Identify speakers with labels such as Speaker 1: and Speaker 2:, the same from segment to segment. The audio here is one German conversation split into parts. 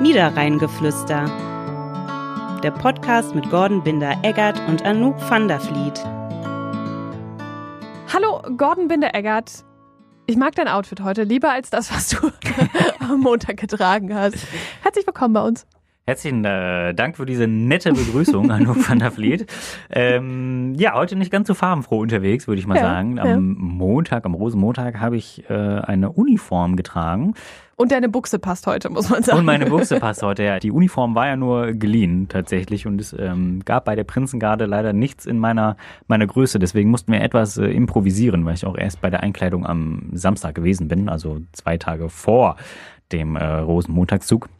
Speaker 1: Niederrheingeflüster. Der Podcast mit Gordon Binder-Eggert und Anouk van der Vliet.
Speaker 2: Hallo, Gordon Binder-Eggert. Ich mag dein Outfit heute lieber als das, was du am Montag getragen hast. Herzlich willkommen bei uns.
Speaker 3: Herzlichen äh, Dank für diese nette Begrüßung, Anouk van der Vliet. Ähm, ja, heute nicht ganz so farbenfroh unterwegs, würde ich mal
Speaker 2: Ja,
Speaker 3: sagen. Am
Speaker 2: ja.
Speaker 3: Montag, am Rosenmontag, habe ich äh, eine Uniform getragen.
Speaker 2: Und deine Buchse passt heute, muss man sagen.
Speaker 3: Und meine Buchse passt heute. Ja. Die Uniform war ja nur geliehen tatsächlich und es ähm, gab bei der Prinzengarde leider nichts in meiner, meiner Größe. Deswegen mussten wir etwas äh, improvisieren, weil ich auch erst bei der Einkleidung am Samstag gewesen bin, also zwei Tage vor dem äh, Rosenmontagszug.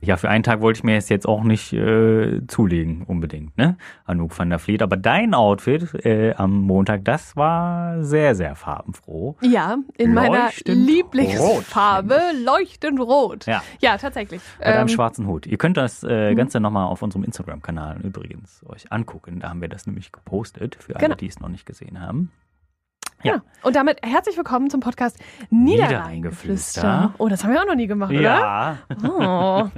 Speaker 3: Ja, für einen Tag wollte ich mir es jetzt auch nicht äh, zulegen, unbedingt, ne? Anouk van der Vliet. Aber dein Outfit äh, am Montag, das war sehr, sehr farbenfroh.
Speaker 2: Ja, in meiner
Speaker 3: Leuchtend
Speaker 2: Lieblingsfarbe,
Speaker 3: rot.
Speaker 2: leuchtend rot.
Speaker 3: Ja.
Speaker 2: ja tatsächlich.
Speaker 3: Mit einem
Speaker 2: Ähm, Mhm.
Speaker 3: schwarzen Hut. Ihr könnt das äh, Ganze nochmal auf unserem Instagram-Kanal übrigens euch angucken. Da haben wir das nämlich gepostet, für alle,
Speaker 2: Genau.
Speaker 3: die es noch nicht gesehen haben.
Speaker 2: ja. Und damit herzlich willkommen zum Podcast Niederrheingeflüster.
Speaker 3: Niederrheingeflüster.
Speaker 2: Oh, das haben wir auch noch nie gemacht, oder?
Speaker 3: Ja,
Speaker 2: Oh.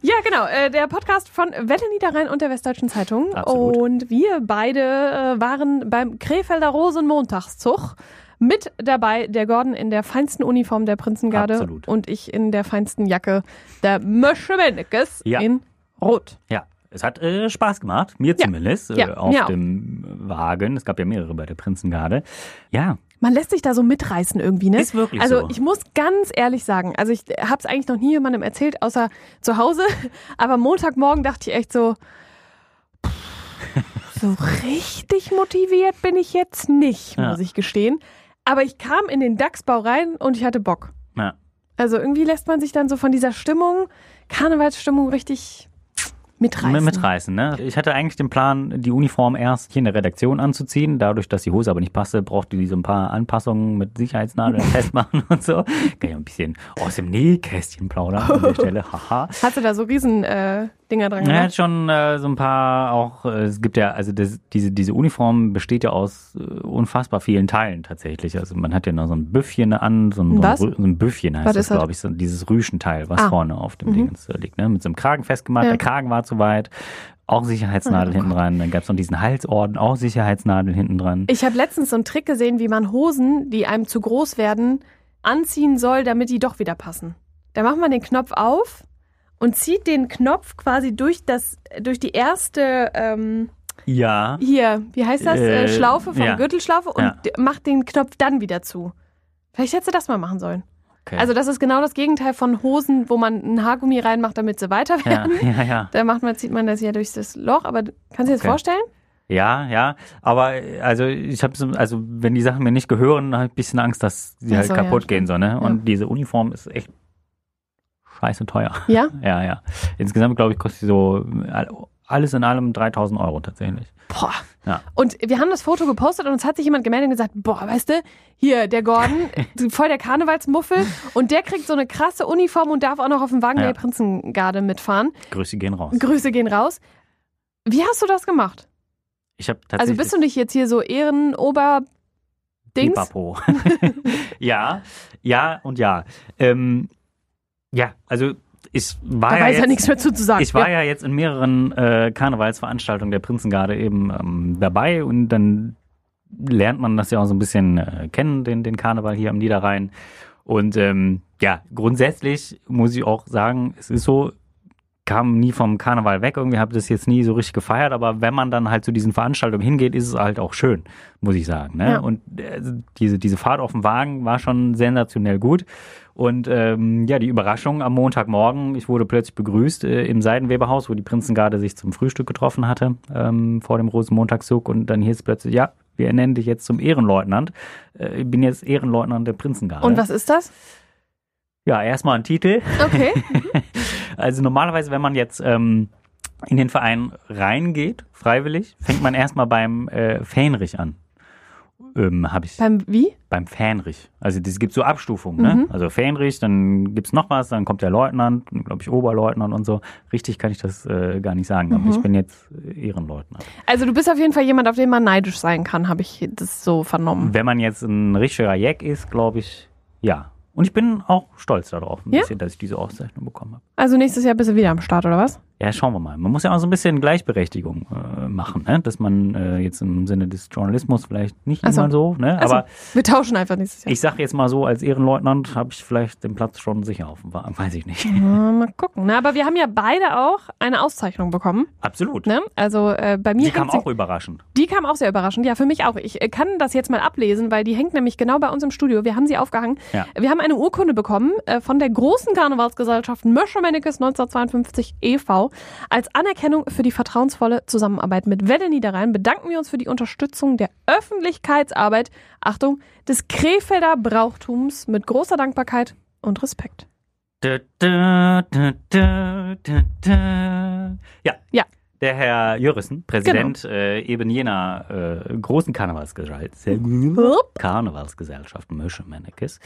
Speaker 2: Ja, genau. Äh, der Podcast von Welle Niederrhein und der Westdeutschen Zeitung.
Speaker 3: Absolut.
Speaker 2: Und wir beide äh, waren beim Krefelder Rosenmontagszug. Mit dabei der Gordon in der feinsten Uniform der Prinzengarde
Speaker 3: Absolut.
Speaker 2: und ich in der feinsten Jacke der Mösche Melnickes
Speaker 3: Ja.
Speaker 2: in Rot.
Speaker 3: ja. Es hat äh, Spaß gemacht, mir zumindest, äh,
Speaker 2: Ja,
Speaker 3: auf
Speaker 2: mir auch.
Speaker 3: dem Wagen. Es gab ja mehrere bei der Prinzengarde. Ja,
Speaker 2: Man lässt sich da so mitreißen irgendwie, ne?
Speaker 3: Ist wirklich
Speaker 2: also
Speaker 3: so.
Speaker 2: ich muss ganz ehrlich sagen, also ich habe es eigentlich noch nie jemandem erzählt, außer zu Hause. Aber Montagmorgen dachte ich echt so, pff, so richtig motiviert bin ich jetzt nicht,
Speaker 3: Ja.
Speaker 2: muss ich gestehen. Aber ich kam in den DAX-Bau rein und ich hatte Bock.
Speaker 3: ja.
Speaker 2: Also irgendwie lässt man sich dann so von dieser Stimmung, Karnevalsstimmung richtig mitreißen.
Speaker 3: mitreißen. Ne? Ich hatte eigentlich den Plan, die Uniform erst hier in der Redaktion anzuziehen. Dadurch, dass die Hose aber nicht passte, brauchte die so ein paar Anpassungen mit Sicherheitsnadeln festmachen und so. Kann ich ein bisschen aus dem Nähkästchen plaudern an der Stelle. Haha.
Speaker 2: Hast du da so riesen äh, Dinger dran
Speaker 3: Er
Speaker 2: gemacht?
Speaker 3: hat schon äh, so ein paar auch, äh, es gibt ja, also das, diese, diese Uniform besteht ja aus äh, unfassbar vielen Teilen tatsächlich. Also man hat ja noch so ein Büffchen an, so ein, so ein,
Speaker 2: Was?
Speaker 3: Rü- so ein Büffchen heißt
Speaker 2: Was
Speaker 3: das,
Speaker 2: ist das?
Speaker 3: glaube ich, so dieses Rüschenteil, was
Speaker 2: Ah.
Speaker 3: vorne auf dem Dingens äh, liegt, ne? Mit so einem Kragen festgemacht,
Speaker 2: Ja. Ah,
Speaker 3: der Kragen war zu weit, auch Sicherheitsnadel hinten dran, dann gab es noch diesen Halsorden, auch Sicherheitsnadel hinten dran.
Speaker 2: Ich habe letztens so einen Trick gesehen, wie man Hosen, die einem zu groß werden, anziehen soll, damit die doch wieder passen. Da macht man den Knopf auf und zieht den Knopf quasi durch das, durch die erste, ähm,
Speaker 3: Ja.
Speaker 2: hier, wie heißt das? Äh,
Speaker 3: Äh,
Speaker 2: Schlaufe vom
Speaker 3: ja.
Speaker 2: Gürtelschlaufe und
Speaker 3: Ja.
Speaker 2: d- macht den Knopf dann wieder zu. Vielleicht hättest du das mal machen sollen.
Speaker 3: Okay.
Speaker 2: Also, das ist genau das Gegenteil von Hosen, wo man ein Haargummi reinmacht, damit sie weiter
Speaker 3: ja,
Speaker 2: werden.
Speaker 3: ja, ja.
Speaker 2: Da macht man, zieht man das ja durch das Loch, aber d- kannst du dir das
Speaker 3: Okay.
Speaker 2: vorstellen?
Speaker 3: Ja, ja, aber äh, also ich habe so, also wenn die Sachen mir nicht gehören, habe ich ein bisschen Angst, dass sie
Speaker 2: Ach
Speaker 3: halt
Speaker 2: so, ja,
Speaker 3: kaputt gehen so, ne? Und
Speaker 2: Ja.
Speaker 3: diese Uniform ist echt scheiße teuer.
Speaker 2: Ja?
Speaker 3: Ja, ja. Insgesamt glaube ich kostet sie so äh, alles in allem 3000 Euro tatsächlich.
Speaker 2: Boah.
Speaker 3: Ja.
Speaker 2: Und wir haben das Foto gepostet und uns hat sich jemand gemeldet und gesagt, boah, weißt du, hier, der Gordon, voll der Karnevalsmuffel und der kriegt so eine krasse Uniform und darf auch noch auf dem Wagen
Speaker 3: Ja.
Speaker 2: der Prinzengarde mitfahren.
Speaker 3: Grüße gehen raus.
Speaker 2: Grüße gehen raus. Wie hast du das gemacht?
Speaker 3: Ich habe
Speaker 2: Also
Speaker 3: tatsächlich
Speaker 2: bist du nicht jetzt hier so Ehrenoberdings?
Speaker 3: Pipapo. ja, ja und ja. Ähm, ja, also ich war
Speaker 2: Da
Speaker 3: ja
Speaker 2: weiß
Speaker 3: jetzt,
Speaker 2: ja nichts mehr zu, zu sagen.
Speaker 3: Ich war
Speaker 2: ja.
Speaker 3: ja jetzt in mehreren äh, Karnevalsveranstaltungen der Prinzengarde eben ähm, dabei und dann lernt man das ja auch so ein bisschen äh, kennen, den, den Karneval hier am Niederrhein. Und ähm, ja, grundsätzlich muss ich auch sagen, es ist so, kam nie vom Karneval weg, irgendwie habe das jetzt nie so richtig gefeiert, aber wenn man dann halt zu diesen Veranstaltungen hingeht, ist es halt auch schön, muss ich sagen. Ne?
Speaker 2: Ja.
Speaker 3: Und äh, diese, diese Fahrt auf dem Wagen war schon sensationell gut. Und ähm, ja, die Überraschung am Montagmorgen, ich wurde plötzlich begrüßt äh, im Seidenweberhaus, wo die Prinzengarde sich zum Frühstück getroffen hatte, ähm, vor dem Rosenmontagszug. Und dann hieß es plötzlich, ja, wir ernennen dich jetzt zum Ehrenleutnant. Äh, ich bin jetzt Ehrenleutnant der Prinzengarde.
Speaker 2: Und was ist das?
Speaker 3: Ja, erstmal ein Titel.
Speaker 2: Okay.
Speaker 3: Also normalerweise, wenn man jetzt ähm, in den Verein reingeht, freiwillig, fängt man erstmal beim äh, Fähnrich an. Ähm, Habe ich
Speaker 2: Beim Wie?
Speaker 3: beim Fähnrich. Also es gibt so Abstufungen, ne?
Speaker 2: Mhm.
Speaker 3: Also Fähnrich, dann gibt's noch was, dann kommt der Leutnant, glaube ich Oberleutnant und so. Richtig kann ich das äh, gar nicht sagen,
Speaker 2: Mhm.
Speaker 3: aber ich bin jetzt Ehrenleutnant.
Speaker 2: Also du bist auf jeden Fall jemand, auf den man neidisch
Speaker 3: Mhm.
Speaker 2: sein kann, habe ich das so vernommen.
Speaker 3: Wenn man jetzt ein richtiger Jack ist, glaube ich, ja. Und ich bin auch stolz darauf, ein
Speaker 2: Ja?
Speaker 3: bisschen, dass ich diese Auszeichnung bekommen habe.
Speaker 2: Also nächstes Jahr bist du wieder am Start, oder was?
Speaker 3: Ja, schauen wir mal. Man muss ja auch so ein bisschen Gleichberechtigung äh, machen, ne? dass man äh, jetzt im Sinne des Journalismus vielleicht nicht
Speaker 2: Ach so.
Speaker 3: immer so, ne?
Speaker 2: Also,
Speaker 3: aber
Speaker 2: wir tauschen einfach nächstes Jahr.
Speaker 3: ich sage jetzt mal so, als Ehrenleutnant habe ich vielleicht den Platz schon sicher auf dem Wagen, weiß ich nicht.
Speaker 2: Ah, mal gucken. Na, aber wir haben ja beide auch eine Auszeichnung bekommen.
Speaker 3: Absolut.
Speaker 2: Ne? Also äh, bei mir
Speaker 3: Die kam
Speaker 2: hängt sie-
Speaker 3: auch überraschend.
Speaker 2: die kam auch sehr überraschend. Ja, für mich auch. Ich äh, kann das jetzt mal ablesen, weil die hängt nämlich genau bei uns im Studio. Wir haben sie aufgehangen.
Speaker 3: Ja.
Speaker 2: Wir haben eine Urkunde bekommen äh, von der großen Karnevalsgesellschaft Möscher-Mennekes 1952 e.V. e Als Anerkennung für die vertrauensvolle Zusammenarbeit mit Welle Niederrhein bedanken wir uns für die Unterstützung der Öffentlichkeitsarbeit, Achtung, des Krefelder Brauchtums mit großer Dankbarkeit und Respekt.
Speaker 3: Da, da, da, da, da, da. Ja.
Speaker 2: Ja. Genau.
Speaker 3: Der Herr Jürissen, Präsident äh, eben jener äh, großen Karnevalsgesellschaft, Karnevalsgesellschaft Mösche Mennekes.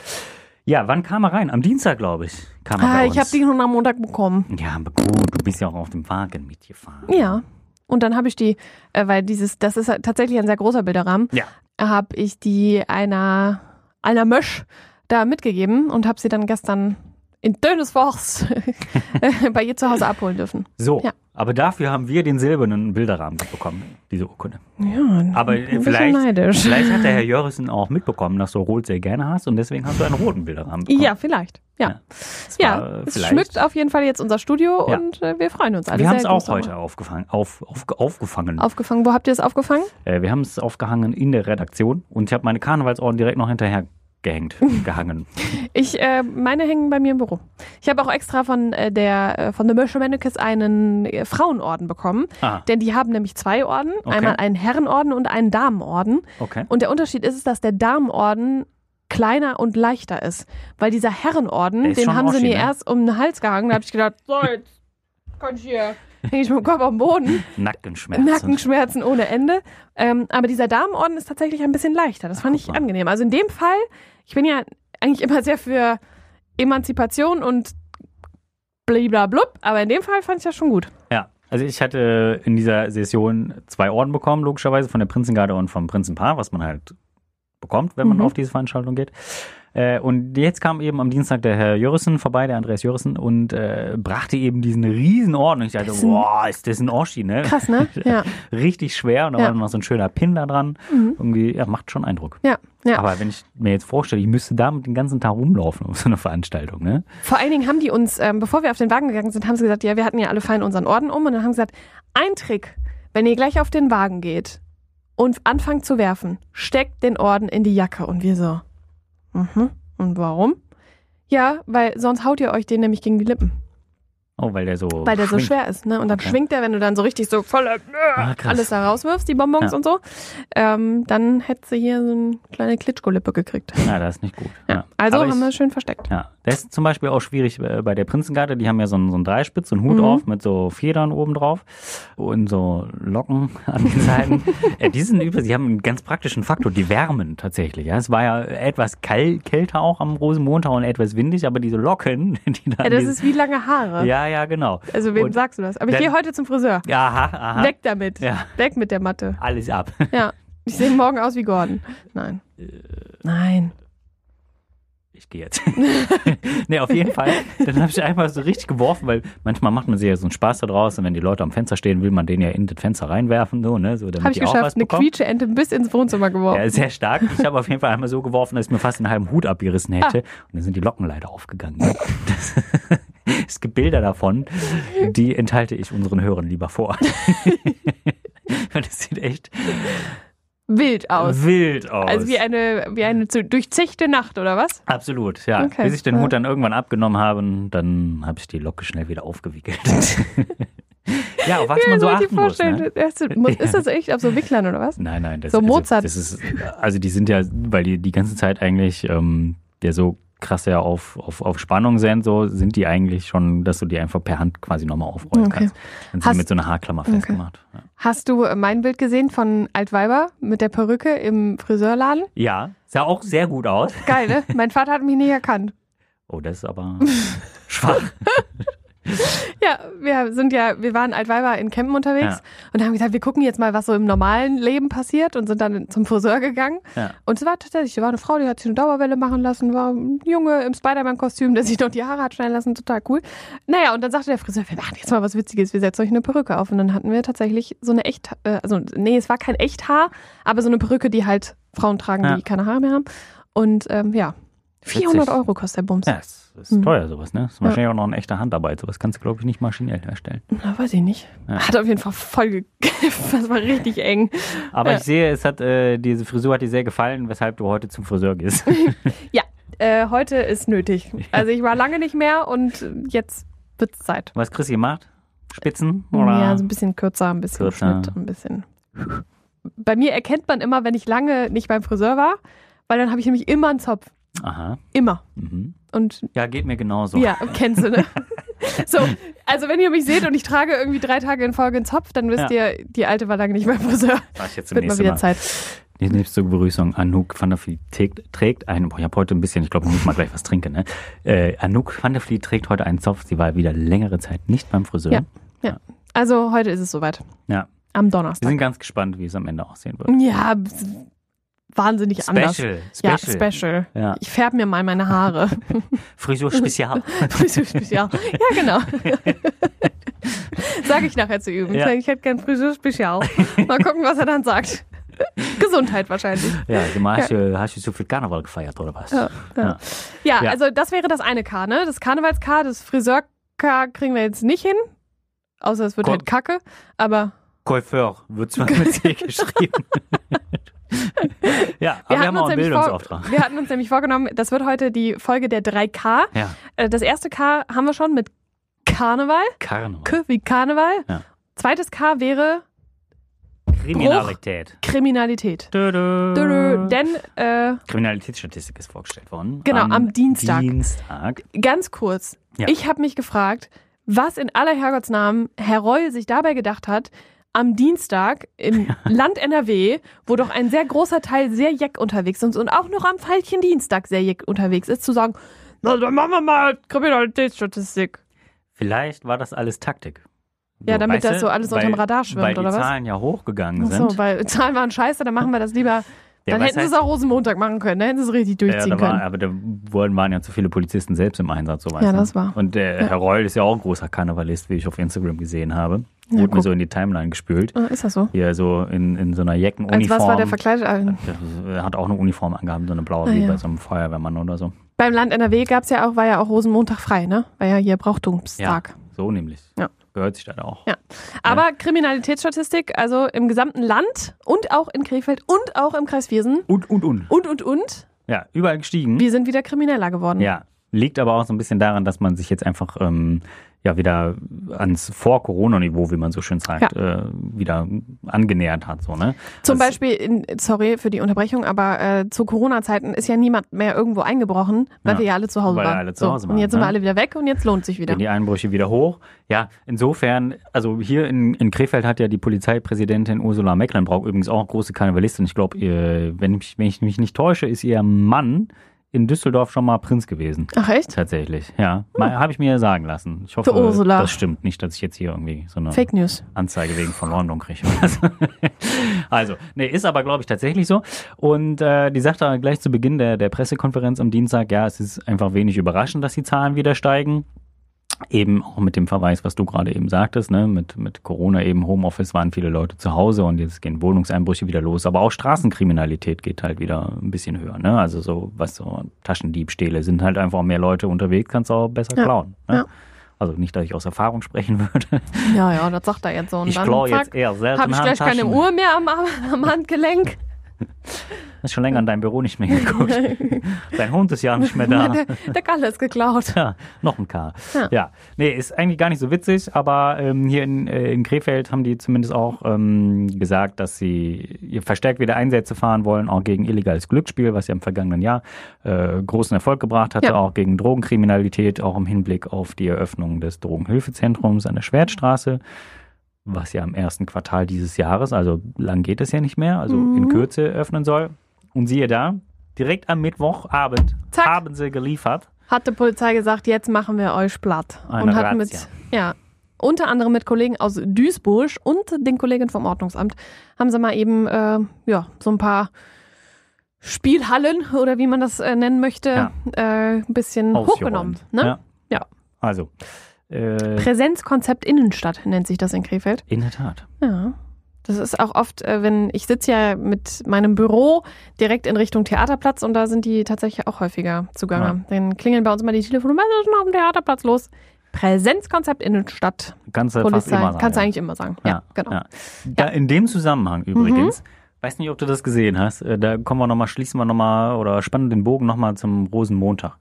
Speaker 3: Ja, wann kam er rein? Am Dienstag, glaube ich, kam er
Speaker 2: Ah,
Speaker 3: bei
Speaker 2: ich habe
Speaker 3: uns.
Speaker 2: die schon am Montag bekommen.
Speaker 3: Ja, aber gut, du bist ja auch auf dem Wagen mitgefahren.
Speaker 2: Ja. Und dann habe ich die, äh, weil dieses, das ist tatsächlich ein sehr großer Bilderrahmen,
Speaker 3: Ja.
Speaker 2: habe ich die einer, einer Mösch da mitgegeben und habe sie dann gestern in Dönesforst bei ihr zu Hause abholen dürfen.
Speaker 3: So,
Speaker 2: Ja.
Speaker 3: aber dafür haben wir den silbernen Bilderrahmen bekommen, diese Urkunde.
Speaker 2: Ja,
Speaker 3: Aber
Speaker 2: ein bisschen
Speaker 3: vielleicht,
Speaker 2: neidisch.
Speaker 3: vielleicht hat der Herr Jörrissen auch mitbekommen, dass du Rot sehr gerne hast und deswegen hast du einen roten Bilderrahmen bekommen.
Speaker 2: Ja, vielleicht. Ja,
Speaker 3: Das
Speaker 2: ja.
Speaker 3: war, äh,
Speaker 2: es
Speaker 3: vielleicht-
Speaker 2: schmückt auf jeden Fall jetzt unser Studio
Speaker 3: Ja.
Speaker 2: und äh, wir freuen uns alle
Speaker 3: Wir haben
Speaker 2: sehr. Ich
Speaker 3: es
Speaker 2: muss
Speaker 3: auch
Speaker 2: noch
Speaker 3: heute
Speaker 2: mal
Speaker 3: aufgefangen, auf, auf, aufgefangen.
Speaker 2: Aufgefangen. Wo habt ihr es aufgefangen?
Speaker 3: Äh, wir haben es aufgehangen in der Redaktion und ich habe meine Karnevalsorden direkt noch hinterher gehängt, gehangen.
Speaker 2: Ich, äh, meine hängen bei mir im Büro. Ich habe auch extra von äh, der äh, von The Merchant Mannequins einen äh, Frauenorden bekommen.
Speaker 3: Ah,
Speaker 2: Denn die haben nämlich zwei Orden,
Speaker 3: Okay.
Speaker 2: einmal einen Herrenorden und einen Damenorden.
Speaker 3: okay.
Speaker 2: Und der Unterschied ist, es, dass der Damenorden kleiner und leichter ist. Weil dieser Herrenorden,
Speaker 3: Der ist
Speaker 2: den
Speaker 3: schon
Speaker 2: haben sie
Speaker 3: Oschi,
Speaker 2: mir
Speaker 3: ne?
Speaker 2: erst um den Hals gehangen. Da habe ich gedacht, so, jetzt kann ich hier, hänge ich mit dem Kopf auf den Boden.
Speaker 3: Nackenschmerzen.
Speaker 2: Nackenschmerzen ohne Ende. Ähm, aber dieser Damenorden ist tatsächlich ein bisschen leichter. Das fand
Speaker 3: guck
Speaker 2: ich
Speaker 3: mal.
Speaker 2: angenehm. Also in dem Fall, ich bin ja eigentlich immer sehr für Emanzipation und bliblablub, aber in dem Fall fand ich das schon gut.
Speaker 3: Ja, also ich hatte in dieser Session zwei Orden bekommen, logischerweise von der Prinzengarde und vom Prinzenpaar, was man halt bekommt, wenn man
Speaker 2: Mhm.
Speaker 3: auf diese Veranstaltung geht. Äh, und jetzt kam eben am Dienstag der Herr Jürissen vorbei, der Andreas Jürissen, und äh, brachte eben diesen riesen Orden. Und ich dachte,
Speaker 2: Das ist ein-
Speaker 3: boah, ist das ein Oschi, ne?
Speaker 2: Krass, ne? Ja.
Speaker 3: Richtig schwer. Und da
Speaker 2: Ja.
Speaker 3: war noch so ein schöner Pin da dran.
Speaker 2: Mhm.
Speaker 3: Irgendwie, ja, macht schon Eindruck.
Speaker 2: Ja, ja.
Speaker 3: Aber wenn ich mir jetzt vorstelle, ich müsste damit den ganzen Tag rumlaufen auf so eine Veranstaltung, ne?
Speaker 2: Vor allen Dingen haben die uns, ähm, bevor wir auf den Wagen gegangen sind, haben sie gesagt, ja, wir hatten ja alle fein unseren Orden um und dann haben sie gesagt, ein Trick, wenn ihr gleich auf den Wagen geht und anfangt zu werfen, steckt den Orden in die Jacke und wir so. Mhm. Und warum? Ja, weil sonst haut ihr euch den nämlich gegen die Lippen,
Speaker 3: Oh, weil der so.
Speaker 2: weil der
Speaker 3: schwingt.
Speaker 2: so schwer ist, ne? Und dann
Speaker 3: Okay.
Speaker 2: schwingt der, wenn du dann so richtig so voll äh,
Speaker 3: Ah, krass.
Speaker 2: alles da rauswirfst, die Bonbons
Speaker 3: Ja.
Speaker 2: und so, ähm, dann hätte sie hier so eine kleine Klitschko-Lippe gekriegt.
Speaker 3: Ja, das ist nicht gut. Ja.
Speaker 2: Also
Speaker 3: Aber
Speaker 2: haben
Speaker 3: ich-
Speaker 2: wir es schön versteckt.
Speaker 3: Ja, das ist zum Beispiel auch schwierig äh, bei der Prinzengarde. Die haben ja so einen, so einen Dreispitz, so einen Hut
Speaker 2: Mhm.
Speaker 3: auf mit so Federn oben drauf und so Locken an den Seiten. ja, die sind übrigens, die haben einen ganz praktischen Faktor, die wärmen tatsächlich. Ja. Es war ja etwas kal- kälter auch am Rosenmontag und etwas windig, aber diese Locken, die da.
Speaker 2: Ja, das ist wie lange Haare.
Speaker 3: ja, ja, genau.
Speaker 2: Also wem
Speaker 3: Und-
Speaker 2: sagst du das? Aber ich
Speaker 3: Dann-
Speaker 2: gehe heute zum Friseur.
Speaker 3: Aha, aha.
Speaker 2: Weg damit.
Speaker 3: Ja.
Speaker 2: Weg mit der Matte.
Speaker 3: Alles ab.
Speaker 2: Ja. Ich sehe morgen aus wie Gordon. Nein.
Speaker 3: Äh,
Speaker 2: Nein.
Speaker 3: ich gehe jetzt. nee, auf jeden Fall. Dann habe ich einfach so richtig geworfen, weil manchmal macht man sich ja so einen Spaß da draus und wenn die Leute am Fenster stehen, will man den ja in das Fenster reinwerfen, so, ne? So, damit
Speaker 2: Habe ich
Speaker 3: die auch
Speaker 2: geschafft.
Speaker 3: was
Speaker 2: Eine
Speaker 3: bekommen.
Speaker 2: Quietscheente bis ins Wohnzimmer geworfen.
Speaker 3: Ja, sehr stark. Ich habe auf jeden Fall einmal so geworfen, dass ich mir fast einen halben Hut abgerissen
Speaker 2: Ah.
Speaker 3: hätte. Und dann sind die Locken leider aufgegangen. Das, es gibt Bilder davon, die enthalte ich unseren Hörern lieber vor. Weil das sieht echt
Speaker 2: Wild aus.
Speaker 3: wild aus.
Speaker 2: Also wie eine, wie eine zu- durchzechte Nacht, oder was?
Speaker 3: Absolut, ja.
Speaker 2: Okay,
Speaker 3: Bis ich den
Speaker 2: ja.
Speaker 3: Hut dann irgendwann abgenommen habe, dann habe ich die Locke schnell wieder aufgewickelt. ja, auf was man so
Speaker 2: ich
Speaker 3: achten muss. Ne?
Speaker 2: Erst- muss- Ist das echt auf so Wicklern oder was?
Speaker 3: Nein, nein, das,
Speaker 2: So
Speaker 3: also,
Speaker 2: Mozart.
Speaker 3: das ist, also die sind ja, weil die die ganze Zeit eigentlich ähm, ja so krass ja auf, auf, auf Spannung sind, so sind die eigentlich schon, dass du die einfach per Hand quasi nochmal aufrollen
Speaker 2: Okay.
Speaker 3: kannst. Dann sind
Speaker 2: Hast-
Speaker 3: die mit so einer Haarklammer festgemacht.
Speaker 2: Hast du äh, mein Bild gesehen von Altweiber mit der Perücke im Friseurladen?
Speaker 3: Ja, sah auch sehr gut aus.
Speaker 2: Geil, ne? Mein Vater hat mich nicht erkannt.
Speaker 3: Oh, das ist aber schwach.
Speaker 2: Ja, wir sind ja, wir waren Altweiber in Campen unterwegs und haben gesagt, wir gucken jetzt mal, was so im normalen Leben passiert und sind dann zum Friseur gegangen.
Speaker 3: Ja.
Speaker 2: Und es war tatsächlich, da war eine Frau, die hat sich eine Dauerwelle machen lassen, war ein Junge im Spider-Man-Kostüm, der sich dort die Haare hat schneiden lassen, total cool. Naja, und dann sagte der Friseur, wir machen jetzt mal was Witziges, wir setzen euch eine Perücke auf. Und dann hatten wir tatsächlich so eine echt, äh, also nee, es war kein echt Haar, aber so eine Perücke, die halt Frauen tragen,
Speaker 3: Ja.
Speaker 2: die keine Haare mehr haben. Und ähm, ja, 400
Speaker 3: Witzig.
Speaker 2: Euro kostet der Bums.
Speaker 3: Ja, es ist
Speaker 2: Mhm.
Speaker 3: teuer sowas, ne? Ist wahrscheinlich auch noch in echter Handarbeit. Sowas kannst du, glaube ich, nicht maschinell herstellen.
Speaker 2: Na, weiß ich nicht.
Speaker 3: Ja.
Speaker 2: Hat auf jeden Fall voll ge Das war richtig eng.
Speaker 3: Aber
Speaker 2: Ja.
Speaker 3: ich sehe, es hat äh, diese Frisur hat dir sehr gefallen, weshalb du heute zum Friseur gehst.
Speaker 2: Ja, äh, heute ist nötig. Also ich war lange nicht mehr und äh, jetzt wird's Zeit.
Speaker 3: Was Chrissy macht? Spitzen? Oder?
Speaker 2: Ja, also- so ein bisschen kürzer, ein bisschen
Speaker 3: Kürzer.
Speaker 2: Schnitt, ein bisschen. Bei mir erkennt man immer, wenn ich lange nicht beim Friseur war, weil dann habe ich nämlich immer einen Zopf.
Speaker 3: Aha.
Speaker 2: Immer.
Speaker 3: Mhm.
Speaker 2: Und
Speaker 3: Ja, geht mir genauso.
Speaker 2: ja, kennst du, ne? So, also wenn ihr mich seht und ich trage irgendwie drei Tage in Folge einen Zopf, dann wisst ihr, die alte war lange nicht beim Friseur.
Speaker 3: Mach ich jetzt zum
Speaker 2: Wird mal
Speaker 3: nächsten
Speaker 2: wieder
Speaker 3: Mal.
Speaker 2: Zeit.
Speaker 3: Die nächste Begrüßung, Anouk van der Vliet trägt, trägt einen, boah, ich habe heute ein bisschen, ich glaube, ich muss mal gleich was trinken, ne? Äh, Anouk van der Vliet trägt heute einen Zopf, sie war wieder längere Zeit nicht beim Friseur.
Speaker 2: Ja. Also heute ist es soweit.
Speaker 3: Ja.
Speaker 2: Am
Speaker 3: Wir
Speaker 2: Donnerstag.
Speaker 3: sind ganz gespannt, wie es am Ende aussehen wird.
Speaker 2: Ja, s- wahnsinnig anders.
Speaker 3: Special,
Speaker 2: Ja,
Speaker 3: special.
Speaker 2: special.
Speaker 3: Ja.
Speaker 2: Ich färbe mir mal meine Haare.
Speaker 3: Frisur spezial.
Speaker 2: Friseur-Spezial. Ja, genau. Sage ich nachher zu üben.
Speaker 3: Ja.
Speaker 2: Ich hätte gern Friseur-Spezial. Mal gucken, was er dann sagt. Gesundheit wahrscheinlich.
Speaker 3: ja, du hast, ja. hast du so viel Karneval gefeiert, oder was?
Speaker 2: Ja, ja. Ja,
Speaker 3: Ja.
Speaker 2: also das wäre das eine K, ne? Das Karnevalskar, das Friseur-K kriegen wir jetzt nicht hin. Außer es wird
Speaker 3: Komm.
Speaker 2: halt kacke. Aber
Speaker 3: Coiffeur wird zwar mit C geschrieben. ja, aber wir, haben auch einen Bildungsauftrag.
Speaker 2: Vor, wir hatten uns nämlich vorgenommen, das wird heute die Folge der 3K.
Speaker 3: Ja,
Speaker 2: Äh, Das erste K haben wir schon mit Karneval.
Speaker 3: Karneval.
Speaker 2: K wie Karneval.
Speaker 3: Ja.
Speaker 2: Zweites K wäre
Speaker 3: Kriminalität.
Speaker 2: Kriminalität.
Speaker 3: Dö, dö.
Speaker 2: Dö, Denn, äh,
Speaker 3: Kriminalitätsstatistik ist vorgestellt worden.
Speaker 2: Genau, am Dienstag.
Speaker 3: Dienstag.
Speaker 2: ganz kurz,
Speaker 3: Ja.
Speaker 2: ich habe mich gefragt, was in aller Herrgottsnamen Herr Reul sich dabei gedacht hat, am Dienstag im Land NRW, wo doch ein sehr großer Teil sehr jeck unterwegs ist und auch noch am falschen Dienstag sehr jeck unterwegs ist, zu sagen, na, dann machen wir mal Kriminalitätsstatistik.
Speaker 3: Vielleicht war das alles Taktik.
Speaker 2: Ja, damit
Speaker 3: weißt
Speaker 2: das
Speaker 3: du,
Speaker 2: so alles unterm
Speaker 3: weil-
Speaker 2: Radar schwimmt,
Speaker 3: weil
Speaker 2: oder was?
Speaker 3: die Zahlen ja hochgegangen
Speaker 2: Ach so,
Speaker 3: sind.
Speaker 2: weil Zahlen waren scheiße, dann machen wir das lieber.
Speaker 3: Ja,
Speaker 2: dann
Speaker 3: was
Speaker 2: hätten sie es
Speaker 3: heißt-
Speaker 2: auch Rosenmontag machen können, dann hätten sie es richtig
Speaker 3: ja,
Speaker 2: durchziehen
Speaker 3: da war,
Speaker 2: können.
Speaker 3: aber da wurden, waren ja zu viele Polizisten selbst im Einsatz, so weißt
Speaker 2: Ja,
Speaker 3: du.
Speaker 2: das war.
Speaker 3: Und der Herr Reul ist ja auch ein großer Karnevalist, wie ich auf Instagram gesehen habe.
Speaker 2: Ja,
Speaker 3: Wurde mir
Speaker 2: guck.
Speaker 3: so in die Timeline gespült.
Speaker 2: Ah, ist das so?
Speaker 3: Hier so in, in so einer Jeckenuniform.
Speaker 2: Als was war der verkleidet? Ah,
Speaker 3: Der hat auch eine Uniform angehabt, so eine blaue,
Speaker 2: Ah,
Speaker 3: wie
Speaker 2: ja.
Speaker 3: bei so einem Feuerwehrmann oder so.
Speaker 2: Beim Land NRW gab's ja auch, war ja auch Rosenmontag frei, ne? War ja hier Brauchtumstag.
Speaker 3: So nämlich.
Speaker 2: Ja.
Speaker 3: Gehört sich das auch.
Speaker 2: Ja. Aber Kriminalitätsstatistik, also im gesamten Land und auch in Krefeld und auch im Kreis Viersen
Speaker 3: Und, und, und.
Speaker 2: und, und, und,
Speaker 3: Ja, überall gestiegen.
Speaker 2: wir sind wieder krimineller geworden.
Speaker 3: Ja, liegt aber auch so ein bisschen daran, dass man sich jetzt einfach ähm, ja wieder ans Vor-Corona-Niveau, wie man so schön sagt, äh, wieder angenähert hat. So, ne?
Speaker 2: Zum
Speaker 3: Das-
Speaker 2: Beispiel, in, sorry für die Unterbrechung, aber äh, zu Corona-Zeiten ist ja niemand mehr irgendwo eingebrochen, weil
Speaker 3: Ja,
Speaker 2: wir ja alle zu Hause
Speaker 3: weil
Speaker 2: waren.
Speaker 3: alle zu Hause
Speaker 2: und
Speaker 3: waren,
Speaker 2: jetzt sind
Speaker 3: ne?
Speaker 2: wir alle wieder weg und jetzt lohnt sich wieder.
Speaker 3: Gehen die Einbrüche wieder hoch. Ja, insofern, also hier in, in Krefeld hat ja die Polizeipräsidentin Ursula Mecklenbrauch übrigens auch große Karnevalistin. Ich glaube, wenn ich, wenn ich mich nicht täusche, ist ihr Mann in Düsseldorf schon mal Prinz gewesen.
Speaker 2: Ach echt?
Speaker 3: Tatsächlich, ja. Mal Habe ich mir sagen lassen. Ich hoffe,
Speaker 2: Für Ursula.
Speaker 3: das stimmt. Nicht, dass ich jetzt hier irgendwie so eine
Speaker 2: Fake News.
Speaker 3: Anzeige wegen Verleumdung kriege. oder so. also, nee, ist aber, glaube ich, tatsächlich so. Und äh, die sagte gleich zu Beginn der, der Pressekonferenz am Dienstag, ja, es ist einfach wenig überraschend, dass die Zahlen wieder steigen. Eben auch mit dem Verweis, was du gerade eben sagtest, ne? mit, mit Corona eben Homeoffice waren viele Leute zu Hause und jetzt gehen Wohnungseinbrüche wieder los. Aber auch Straßenkriminalität geht halt wieder ein bisschen höher. Ne? Also so, was so Taschendiebstähle sind halt einfach mehr Leute unterwegs, kannst du auch besser
Speaker 2: Ja.
Speaker 3: klauen. Ne?
Speaker 2: Ja.
Speaker 3: Also nicht, dass ich aus Erfahrung sprechen würde.
Speaker 2: Ja, ja, das sagt er jetzt so. Und
Speaker 3: Ich
Speaker 2: dann
Speaker 3: klaue
Speaker 2: zack,
Speaker 3: jetzt eher selten
Speaker 2: habe ich gleich keine
Speaker 3: Handtaschen.
Speaker 2: Uhr mehr am, Arm- am Handgelenk.
Speaker 3: Hast schon länger in dein Büro nicht mehr geguckt. Dein Hund ist ja nicht mehr da.
Speaker 2: Der, der Galle ist geklaut.
Speaker 3: Ja, noch ein K.
Speaker 2: Ja.
Speaker 3: Ja. nee, ist eigentlich gar nicht so witzig, aber ähm, hier in, äh, in Krefeld haben die zumindest auch ähm, gesagt, dass sie ihr verstärkt wieder Einsätze fahren wollen, auch gegen illegales Glücksspiel, was ja im vergangenen Jahr äh, großen Erfolg gebracht hatte,
Speaker 2: Ja.
Speaker 3: auch gegen Drogenkriminalität, auch im Hinblick auf die Eröffnung des Drogenhilfezentrums an der Schwertstraße. Was ja im ersten Quartal dieses Jahres, also lang geht es ja nicht mehr, also
Speaker 2: Mhm.
Speaker 3: in Kürze öffnen soll. Und siehe da, direkt am Mittwochabend
Speaker 2: Zack.
Speaker 3: haben sie geliefert.
Speaker 2: hat die Polizei gesagt, jetzt machen wir euch platt.
Speaker 3: Eine
Speaker 2: und hat mit,
Speaker 3: Razzia.
Speaker 2: ja, unter anderem mit Kollegen aus Duisburg und den Kollegen vom Ordnungsamt haben sie mal eben, äh, ja, so ein paar Spielhallen oder wie man das äh, nennen möchte, äh, ein bisschen hochgenommen.
Speaker 3: Ausgeräumt.
Speaker 2: Ne?
Speaker 3: Ja.
Speaker 2: Ja.
Speaker 3: Also, äh,
Speaker 2: Präsenzkonzept Innenstadt nennt sich das in Krefeld.
Speaker 3: in der Tat.
Speaker 2: Ja. Das ist auch oft, äh, wenn ich sitze ja mit meinem Büro direkt in Richtung Theaterplatz und da sind die tatsächlich auch häufiger zugange.
Speaker 3: Ja.
Speaker 2: Dann klingeln bei uns immer die Telefone, was ist denn auf dem Theaterplatz los? Präsenzkonzept Innenstadt.
Speaker 3: Kannst du fast
Speaker 2: Polizei.
Speaker 3: immer sagen.
Speaker 2: Kannst du eigentlich immer sagen. Ja, Mhm. genau.
Speaker 3: ja. Da in dem Zusammenhang übrigens, weiß nicht, ob du das gesehen hast, äh, da kommen wir nochmal, schließen wir nochmal oder spannen den Bogen nochmal zum Rosenmontag.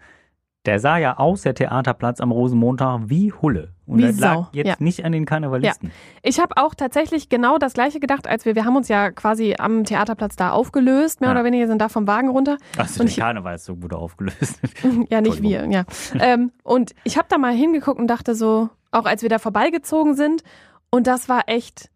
Speaker 3: Der sah ja aus, der Theaterplatz am Rosenmontag, wie Hulle. Und
Speaker 2: Wie
Speaker 3: das
Speaker 2: Sau,
Speaker 3: lag jetzt
Speaker 2: ja.
Speaker 3: nicht an den Karnevalisten.
Speaker 2: Ich habe auch tatsächlich genau das gleiche gedacht, als wir, wir haben uns ja quasi am Theaterplatz da aufgelöst, mehr
Speaker 3: Ja.
Speaker 2: oder weniger sind da vom Wagen runter.
Speaker 3: Also
Speaker 2: Und
Speaker 3: der
Speaker 2: ich-
Speaker 3: Karnevalszug wurde aufgelöst.
Speaker 2: Ja, nicht wir, ja. ähm, und ich habe da mal hingeguckt und dachte so, auch als wir da vorbeigezogen sind, und das war echt.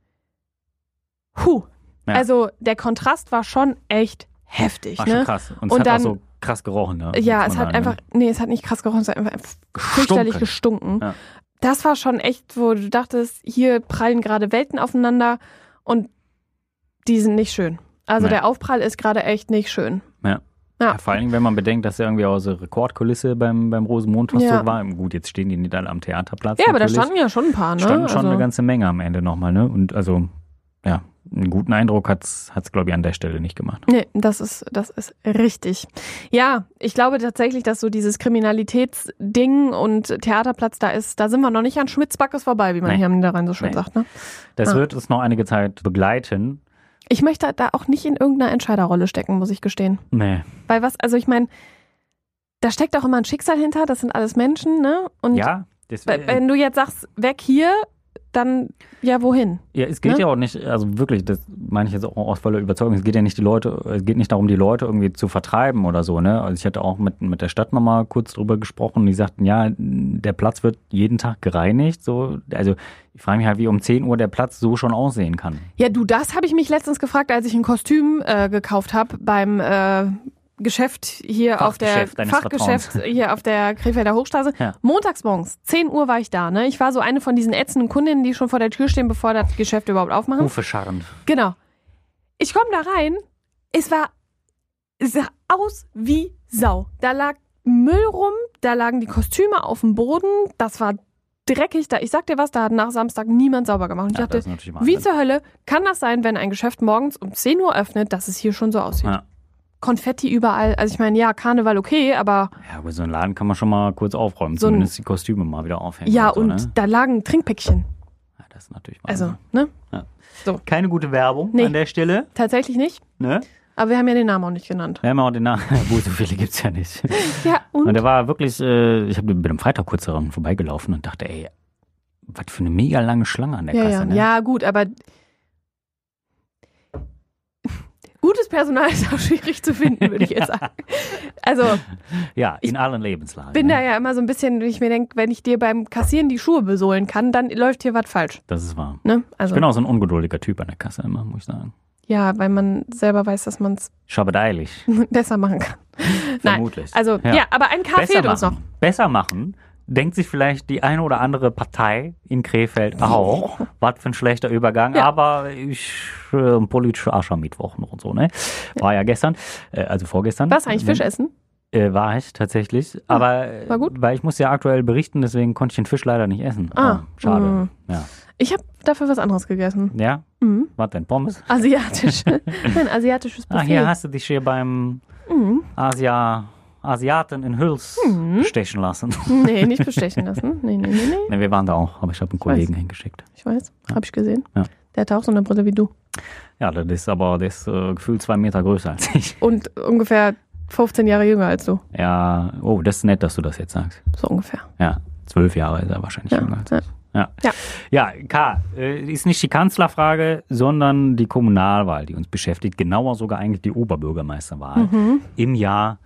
Speaker 2: Huh.
Speaker 3: Ja.
Speaker 2: Also der Kontrast war schon echt heftig,
Speaker 3: War schon
Speaker 2: ne?
Speaker 3: krass. Und es
Speaker 2: Und
Speaker 3: hat
Speaker 2: dann-
Speaker 3: auch so krass gerochen.
Speaker 2: Ja,
Speaker 3: Ne? Muss
Speaker 2: es
Speaker 3: man
Speaker 2: hat
Speaker 3: sagen,
Speaker 2: einfach,
Speaker 3: ne?
Speaker 2: nee, es hat nicht krass gerochen, es hat einfach fürchterlich gestunken.
Speaker 3: Ja.
Speaker 2: Das war schon echt, wo du dachtest, hier prallen gerade Welten aufeinander und die sind nicht schön. Also
Speaker 3: Nee.
Speaker 2: der Aufprall ist gerade echt nicht schön.
Speaker 3: Ja, vor allem, wenn man bedenkt, dass er irgendwie auch so Rekordkulisse beim, beim Rosenmontagszug
Speaker 2: Ja.
Speaker 3: war. Gut, jetzt stehen die nicht alle am Theaterplatz.
Speaker 2: Ja, aber da
Speaker 3: natürlich.
Speaker 2: standen ja schon ein paar, ne?
Speaker 3: Standen schon
Speaker 2: also,
Speaker 3: eine ganze Menge am Ende nochmal, ne? Und also, ja, einen guten Eindruck hat's, hat's glaube ich, an der Stelle nicht gemacht.
Speaker 2: Nee, das ist, das ist richtig. Ja, ich glaube tatsächlich, dass so dieses Kriminalitätsding und Theaterplatz da ist, da sind wir noch nicht an Schmitzbackes vorbei, wie man
Speaker 3: Nee.
Speaker 2: hier am Niederrhein so schön
Speaker 3: Nee.
Speaker 2: sagt. Ne?
Speaker 3: Das
Speaker 2: Ah.
Speaker 3: wird uns noch einige Zeit begleiten.
Speaker 2: Ich möchte da auch nicht in irgendeiner Entscheiderrolle stecken, muss ich gestehen.
Speaker 3: Nee.
Speaker 2: Weil was, also ich meine, da steckt auch immer ein Schicksal hinter, das sind alles Menschen, ne? Und
Speaker 3: ja, das,
Speaker 2: we- wenn du jetzt sagst, weg hier, dann ja, wohin?
Speaker 3: ja, es geht
Speaker 2: ne?
Speaker 3: ja auch nicht, also wirklich, das meine ich jetzt auch aus voller Überzeugung, es geht ja nicht die Leute, es geht nicht darum, die Leute irgendwie zu vertreiben oder so, ne? Also ich hatte auch mit, mit der Stadt nochmal kurz drüber gesprochen, die sagten, ja, der Platz wird jeden Tag gereinigt, so, also ich frage mich halt, wie um 10 Uhr der Platz so schon aussehen kann.
Speaker 2: Ja, du, das habe ich mich letztens gefragt, als ich ein Kostüm äh, gekauft habe beim äh, Geschäft hier auf der
Speaker 3: Fachgeschäft deines
Speaker 2: Fachgeschäft hier auf der Krefelder Hochstraße.
Speaker 3: Ja.
Speaker 2: Montags morgens, 10 Uhr war ich da. Ne? Ich war so eine von diesen ätzenden Kundinnen, die schon vor der Tür stehen, bevor das Geschäft überhaupt aufmachen.
Speaker 3: Hufe scharrend.
Speaker 2: Genau. Ich komme da rein, es war es sah aus wie Sau. Da lag Müll rum, da lagen die Kostüme auf dem Boden, das war dreckig da. Ich sag dir was, da hat nach Samstag niemand sauber gemacht. Und ich
Speaker 3: Ja,
Speaker 2: dachte,
Speaker 3: das ist natürlich
Speaker 2: wie
Speaker 3: Wahnsinn.
Speaker 2: zur Hölle kann das sein, wenn ein Geschäft morgens um 10 Uhr öffnet, dass es hier schon so aussieht?
Speaker 3: Ja.
Speaker 2: Konfetti überall. Also ich meine, ja, Karneval okay, aber
Speaker 3: Ja, aber so einen Laden kann man schon mal kurz aufräumen,
Speaker 2: So ein-
Speaker 3: zumindest die Kostüme mal wieder aufhängen.
Speaker 2: ja,
Speaker 3: und
Speaker 2: und
Speaker 3: so, Ne?
Speaker 2: da lagen Trinkpäckchen.
Speaker 3: Ja, das ist natürlich Wahnsinn.
Speaker 2: Also, ne?
Speaker 3: Keine gute Werbung
Speaker 2: Nee.
Speaker 3: an der Stelle,
Speaker 2: Tatsächlich nicht.
Speaker 3: ne?
Speaker 2: Aber wir haben ja den Namen auch nicht genannt.
Speaker 3: Wir haben ja auch den Namen. Gut, so viele gibt's ja nicht.
Speaker 2: Ja, und?
Speaker 3: Und der war wirklich, äh, ich hab, bin am Freitag kurz daran vorbeigelaufen und dachte, ey, was für eine mega lange Schlange an der
Speaker 2: ja,
Speaker 3: Kasse,
Speaker 2: ja.
Speaker 3: ne?
Speaker 2: ja, gut, aber gutes Personal ist auch schwierig zu finden, würde ich jetzt sagen. Also
Speaker 3: Ja, in allen Lebenslagen.
Speaker 2: bin da
Speaker 3: ne?
Speaker 2: ja immer so ein bisschen, wenn ich mir denke, wenn ich dir beim Kassieren die Schuhe besohlen kann, dann läuft hier was falsch.
Speaker 3: Das ist wahr.
Speaker 2: Ne? Also
Speaker 3: Ich bin auch so ein ungeduldiger Typ an der Kasse immer, muss ich sagen.
Speaker 2: ja, weil man selber weiß, dass man es
Speaker 3: Schabedeilig,
Speaker 2: besser machen kann. Nein.
Speaker 3: vermutlich.
Speaker 2: Also, ja. aber ein K
Speaker 3: Besser
Speaker 2: fehlt uns noch.
Speaker 3: machen. Besser machen. Denkt sich vielleicht die eine oder andere Partei in Krefeld auch. Was für ein schlechter Übergang.
Speaker 2: Ja.
Speaker 3: Aber ich, äh, politische Aschermittwochen und so, ne? War ja gestern, äh, also vorgestern.
Speaker 2: Was eigentlich Fisch essen?
Speaker 3: Äh, war ich tatsächlich. Aber äh,
Speaker 2: Hm, war gut.
Speaker 3: weil ich muss ja aktuell berichten, deswegen konnte ich den Fisch leider nicht essen.
Speaker 2: Ah.
Speaker 3: Oh, schade.
Speaker 2: Mm.
Speaker 3: Ja.
Speaker 2: Ich habe dafür was anderes gegessen.
Speaker 3: ja?
Speaker 2: Mhm.
Speaker 3: Was denn? Pommes?
Speaker 2: Asiatisch. Nein, asiatisches
Speaker 3: Ah,
Speaker 2: Buffet.
Speaker 3: hier hast du dich hier beim
Speaker 2: mhm.
Speaker 3: Asia, Asiaten in Hüls
Speaker 2: Mhm.
Speaker 3: bestechen lassen.
Speaker 2: Nee, nicht bestechen lassen. Nee, nee, nee, nee.
Speaker 3: ne, wir waren da auch, aber ich habe einen
Speaker 2: weiß.
Speaker 3: Kollegen hingeschickt.
Speaker 2: Ich weiß. Habe ich gesehen.
Speaker 3: Ja.
Speaker 2: Der hatte auch so eine Brille wie du.
Speaker 3: Ja, das ist aber das ist, äh, gefühlt zwei Meter größer als ich.
Speaker 2: Und ungefähr 15 Jahre jünger als du.
Speaker 3: Ja, oh, das ist nett, dass du das jetzt sagst.
Speaker 2: So ungefähr.
Speaker 3: Ja, zwölf Jahre ist er wahrscheinlich
Speaker 2: Ja,
Speaker 3: jünger als
Speaker 2: ja.
Speaker 3: ich. Ja.
Speaker 2: Ja.
Speaker 3: ja, K, äh, ist nicht die Kanzlerfrage, sondern die Kommunalwahl, die uns beschäftigt. Genauer sogar eigentlich die Oberbürgermeisterwahl
Speaker 2: Mhm.
Speaker 3: im Jahr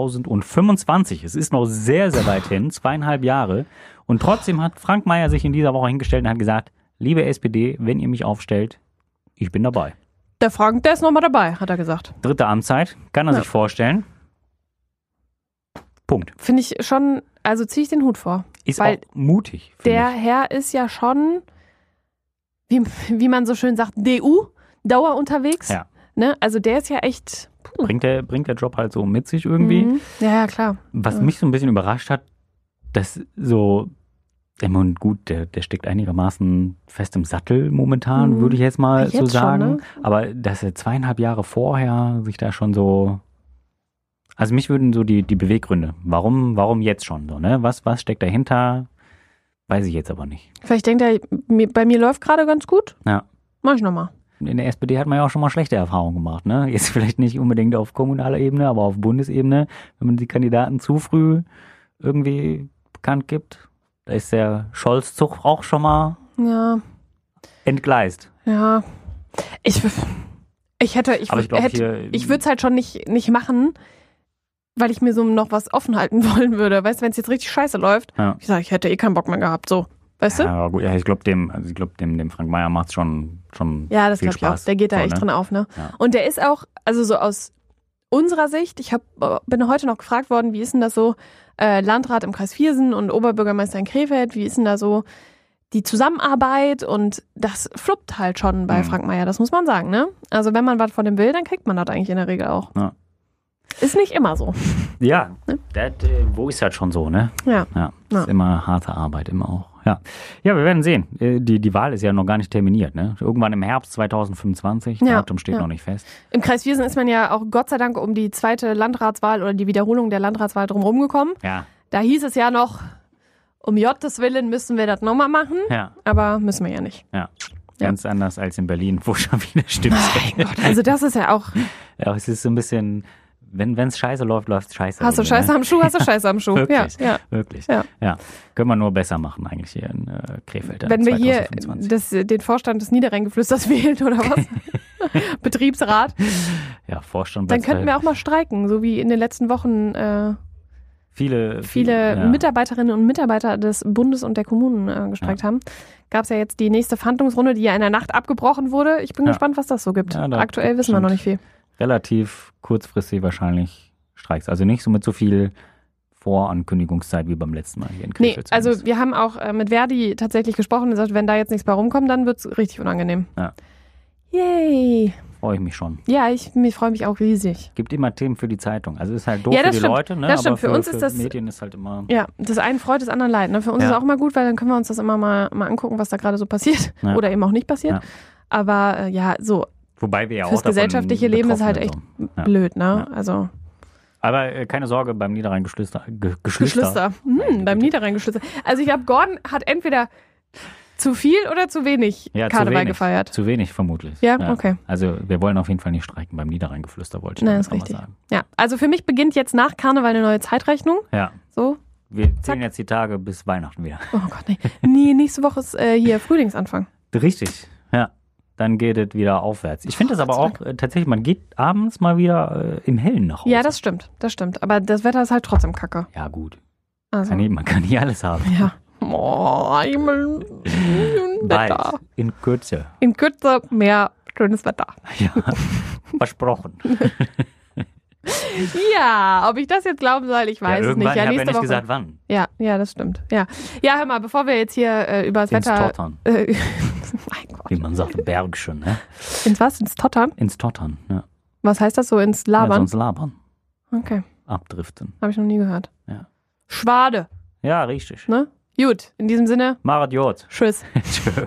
Speaker 3: 2025. Es ist noch sehr, sehr weit hin, zweieinhalb Jahre. Und trotzdem hat Frank Mayer sich in dieser Woche hingestellt und hat gesagt, liebe SPD, wenn ihr mich aufstellt, ich bin dabei.
Speaker 2: Der Frank, der ist nochmal dabei, hat er gesagt.
Speaker 3: dritte Amtszeit, kann er
Speaker 2: Ja.
Speaker 3: sich vorstellen. Punkt.
Speaker 2: Finde ich schon, also ziehe ich den Hut vor.
Speaker 3: Ist
Speaker 2: Weil
Speaker 3: auch mutig. finde
Speaker 2: Der Herr ist ja schon, wie, wie man so schön sagt, DU, Dauer unterwegs.
Speaker 3: Ja.
Speaker 2: Ne? Also der ist ja echt.
Speaker 3: ich. Bringt der, bringt der Job halt so mit sich irgendwie.
Speaker 2: Mhm. Ja, ja, klar.
Speaker 3: Was
Speaker 2: Ja.
Speaker 3: mich so ein bisschen überrascht hat, dass so, ich meine, gut, der, der steckt einigermaßen fest im Sattel momentan,
Speaker 2: Mhm.
Speaker 3: würde ich jetzt mal
Speaker 2: Jetzt
Speaker 3: so
Speaker 2: schon,
Speaker 3: sagen.
Speaker 2: ne?
Speaker 3: Aber dass er zweieinhalb Jahre vorher sich da schon so. Also mich würden so die, die Beweggründe. Warum, warum jetzt schon so, ne? Was, was steckt dahinter? Weiß ich jetzt aber nicht.
Speaker 2: Vielleicht denkt er, mir- bei mir läuft gerade ganz gut.
Speaker 3: Ja.
Speaker 2: Mach ich nochmal.
Speaker 3: In der SPD hat man ja auch schon mal schlechte Erfahrungen gemacht, ne? Jetzt vielleicht nicht unbedingt auf kommunaler Ebene, aber auf Bundesebene, wenn man die Kandidaten zu früh irgendwie bekannt gibt. Da ist der Scholz-Zug auch schon mal
Speaker 2: Ja,
Speaker 3: entgleist.
Speaker 2: ja. Ich, ich hätte, ich,
Speaker 3: Aber ich glaube,
Speaker 2: hätte,
Speaker 3: hier.
Speaker 2: ich würde es halt schon nicht, nicht machen, weil ich mir so noch was offen halten wollen würde. Weißt du, wenn es jetzt richtig scheiße läuft,
Speaker 3: Ja.
Speaker 2: ich sage, ich hätte eh keinen Bock mehr gehabt, so. Weißt du?
Speaker 3: Ja, gut, ja, ich glaube, dem, also ich glaub, dem, dem Frank Meyer macht es schon, schon
Speaker 2: Ja, das
Speaker 3: viel
Speaker 2: glaube ich auch.
Speaker 3: Spaß.
Speaker 2: Der geht da
Speaker 3: So,
Speaker 2: echt
Speaker 3: ne?
Speaker 2: drin auf, ne?
Speaker 3: Ja.
Speaker 2: Und der ist auch, also so aus unserer Sicht, ich hab, bin heute noch gefragt worden, wie ist denn das so, äh, Landrat im Kreis Viersen und Oberbürgermeister in Krefeld, wie ist denn da so die Zusammenarbeit und das fluppt halt schon bei
Speaker 3: Mhm.
Speaker 2: Frank Meyer, das muss man sagen, ne? Also wenn man was von dem will, dann kriegt man das eigentlich in der Regel auch.
Speaker 3: Ja.
Speaker 2: Ist nicht immer so.
Speaker 3: Ja,
Speaker 2: Ne?
Speaker 3: das, äh, wo ist das schon so, ne?
Speaker 2: Ja.
Speaker 3: Ja,
Speaker 2: Ja.
Speaker 3: ist immer harte Arbeit, immer auch. Ja, ja wir werden sehen. Äh, Die, die Wahl ist ja noch gar nicht terminiert, ne? Irgendwann im Herbst 2025,
Speaker 2: Ja,
Speaker 3: Datum steht
Speaker 2: ja.
Speaker 3: noch nicht fest.
Speaker 2: Im Kreis Viersen ist man ja auch Gott sei Dank um die zweite Landratswahl oder die Wiederholung der Landratswahl drumherum gekommen.
Speaker 3: Ja,
Speaker 2: Da hieß es ja noch, um Jottes Willen müssen wir das nochmal machen.
Speaker 3: ja,
Speaker 2: Aber müssen wir ja nicht.
Speaker 3: ja.
Speaker 2: Ja.
Speaker 3: Ganz anders als in Berlin, wo schon wieder stimmt.
Speaker 2: Also das ist ja auch,
Speaker 3: Ja, es ist so ein bisschen, wenn es scheiße läuft, läuft es scheiße.
Speaker 2: hast du
Speaker 3: irgendwie, ne?
Speaker 2: Scheiße am Schuh, hast du Scheiße am Schuh. Ja,
Speaker 3: Wirklich.
Speaker 2: ja.
Speaker 3: Wirklich.
Speaker 2: Ja.
Speaker 3: Ja. Können wir nur besser machen eigentlich hier in äh, Krefeld. dann
Speaker 2: Wenn wir hier
Speaker 3: 2025.
Speaker 2: das, den Vorstand des Niederrheingeflüsters wählen oder was, Betriebsrat,
Speaker 3: ja, Vorstand
Speaker 2: dann
Speaker 3: bei
Speaker 2: könnten wir auch mal streiken, so wie in den letzten Wochen äh,
Speaker 3: viele,
Speaker 2: viele
Speaker 3: ja.
Speaker 2: Mitarbeiterinnen und Mitarbeiter des Bundes und der Kommunen äh, gestreikt haben. Gab es ja jetzt die nächste Verhandlungsrunde, die ja in der Nacht abgebrochen wurde. Ich bin
Speaker 3: Ja.
Speaker 2: gespannt, was das so gibt.
Speaker 3: Ja, da
Speaker 2: Aktuell wissen wir
Speaker 3: bestimmt.
Speaker 2: noch nicht viel.
Speaker 3: relativ kurzfristig wahrscheinlich Streiks. Also nicht so mit so viel Vorankündigungszeit wie beim letzten Mal hier in
Speaker 2: Nee,
Speaker 3: Krefeld.
Speaker 2: also
Speaker 3: zumindest.
Speaker 2: wir haben auch äh, mit Verdi tatsächlich gesprochen und gesagt, wenn da jetzt nichts bei rumkommt, dann wird's richtig unangenehm.
Speaker 3: Ja.
Speaker 2: Yay.
Speaker 3: freue ich mich schon.
Speaker 2: Ja, ich, ich freue mich auch riesig.
Speaker 3: Gibt immer Themen für die Zeitung. Also ist halt doof
Speaker 2: Ja,
Speaker 3: für
Speaker 2: das
Speaker 3: die
Speaker 2: stimmt.
Speaker 3: Leute, ne?
Speaker 2: Das stimmt.
Speaker 3: aber
Speaker 2: Für uns ist das-
Speaker 3: Medien ist halt immer.
Speaker 2: Ja, das einen freut, das anderen leid. Ne? Für uns
Speaker 3: Ja.
Speaker 2: ist es auch mal gut, weil dann können wir uns das immer mal, mal angucken, was da gerade so passiert
Speaker 3: Ja.
Speaker 2: oder eben auch nicht passiert.
Speaker 3: Ja.
Speaker 2: Aber äh, ja, so
Speaker 3: Wobei wir ja
Speaker 2: fürs
Speaker 3: auch davon
Speaker 2: gesellschaftliche Leben ist halt
Speaker 3: betroffen
Speaker 2: echt
Speaker 3: sind, Ja.
Speaker 2: blöd, ne? Also
Speaker 3: so. Aber äh, keine Sorge, beim Niederrhein-Geschlüster. Ge
Speaker 2: Geschlüster.
Speaker 3: Geschlüster.
Speaker 2: Hm, beim Niederrhein-Geschlüster. Also ich glaube, Gordon hat entweder zu viel oder zu wenig
Speaker 3: Ja, zu
Speaker 2: Karneval
Speaker 3: wenig.
Speaker 2: gefeiert.
Speaker 3: Zu wenig vermutlich.
Speaker 2: Ja, okay.
Speaker 3: Also wir wollen auf jeden Fall nicht streiken beim Niederrhein-Geflüster, wollte ich
Speaker 2: Nein,
Speaker 3: damit
Speaker 2: ist
Speaker 3: noch mal
Speaker 2: richtig.
Speaker 3: sagen.
Speaker 2: Ja, also für mich beginnt jetzt nach Karneval eine neue Zeitrechnung.
Speaker 3: Ja,
Speaker 2: So.
Speaker 3: wir zählen
Speaker 2: Zack.
Speaker 3: jetzt die Tage bis Weihnachten wieder.
Speaker 2: Oh Gott, nee. nee nächste Woche ist äh, hier Frühlingsanfang.
Speaker 3: Richtig, ja. Dann geht es wieder aufwärts. Ich finde es aber auch äh, tatsächlich, man geht abends mal wieder äh, im Hellen nach Hause.
Speaker 2: Ja, Oh, das stimmt, das stimmt. Aber das Wetter ist halt trotzdem kacke.
Speaker 3: Ja, gut.
Speaker 2: Also,
Speaker 3: Kann ich, man kann nie alles haben.
Speaker 2: ja. Oh, Himmel.
Speaker 3: Bald,
Speaker 2: Wetter.
Speaker 3: in Kürze.
Speaker 2: In Kürze mehr schönes Wetter.
Speaker 3: Ja, versprochen.
Speaker 2: Ja, ob ich das jetzt glauben soll, ich weiß
Speaker 3: ja,
Speaker 2: es nicht.
Speaker 3: irgendwann, ich
Speaker 2: Ja,
Speaker 3: habe ja
Speaker 2: nächste
Speaker 3: nicht
Speaker 2: Woche.
Speaker 3: gesagt, wann.
Speaker 2: ja, ja, das stimmt. Ja. ja, hör mal, bevor wir jetzt hier äh, über das
Speaker 3: Ins
Speaker 2: Wetter.
Speaker 3: Tottern,
Speaker 2: Äh, mein Gott.
Speaker 3: wie man sagt, im Bergischen. Ne?
Speaker 2: Ins was? Ins Tottern?
Speaker 3: Ins Tottern, ja.
Speaker 2: Was heißt das so? Ins
Speaker 3: ja.
Speaker 2: Labern?
Speaker 3: Sonst labern,
Speaker 2: Okay,
Speaker 3: abdriften.
Speaker 2: habe ich noch nie gehört.
Speaker 3: Ja.
Speaker 2: Schwade.
Speaker 3: Ja, richtig.
Speaker 2: Ne? Gut, in diesem Sinne,
Speaker 3: Marat Jod.
Speaker 2: tschüss.
Speaker 3: Tschö.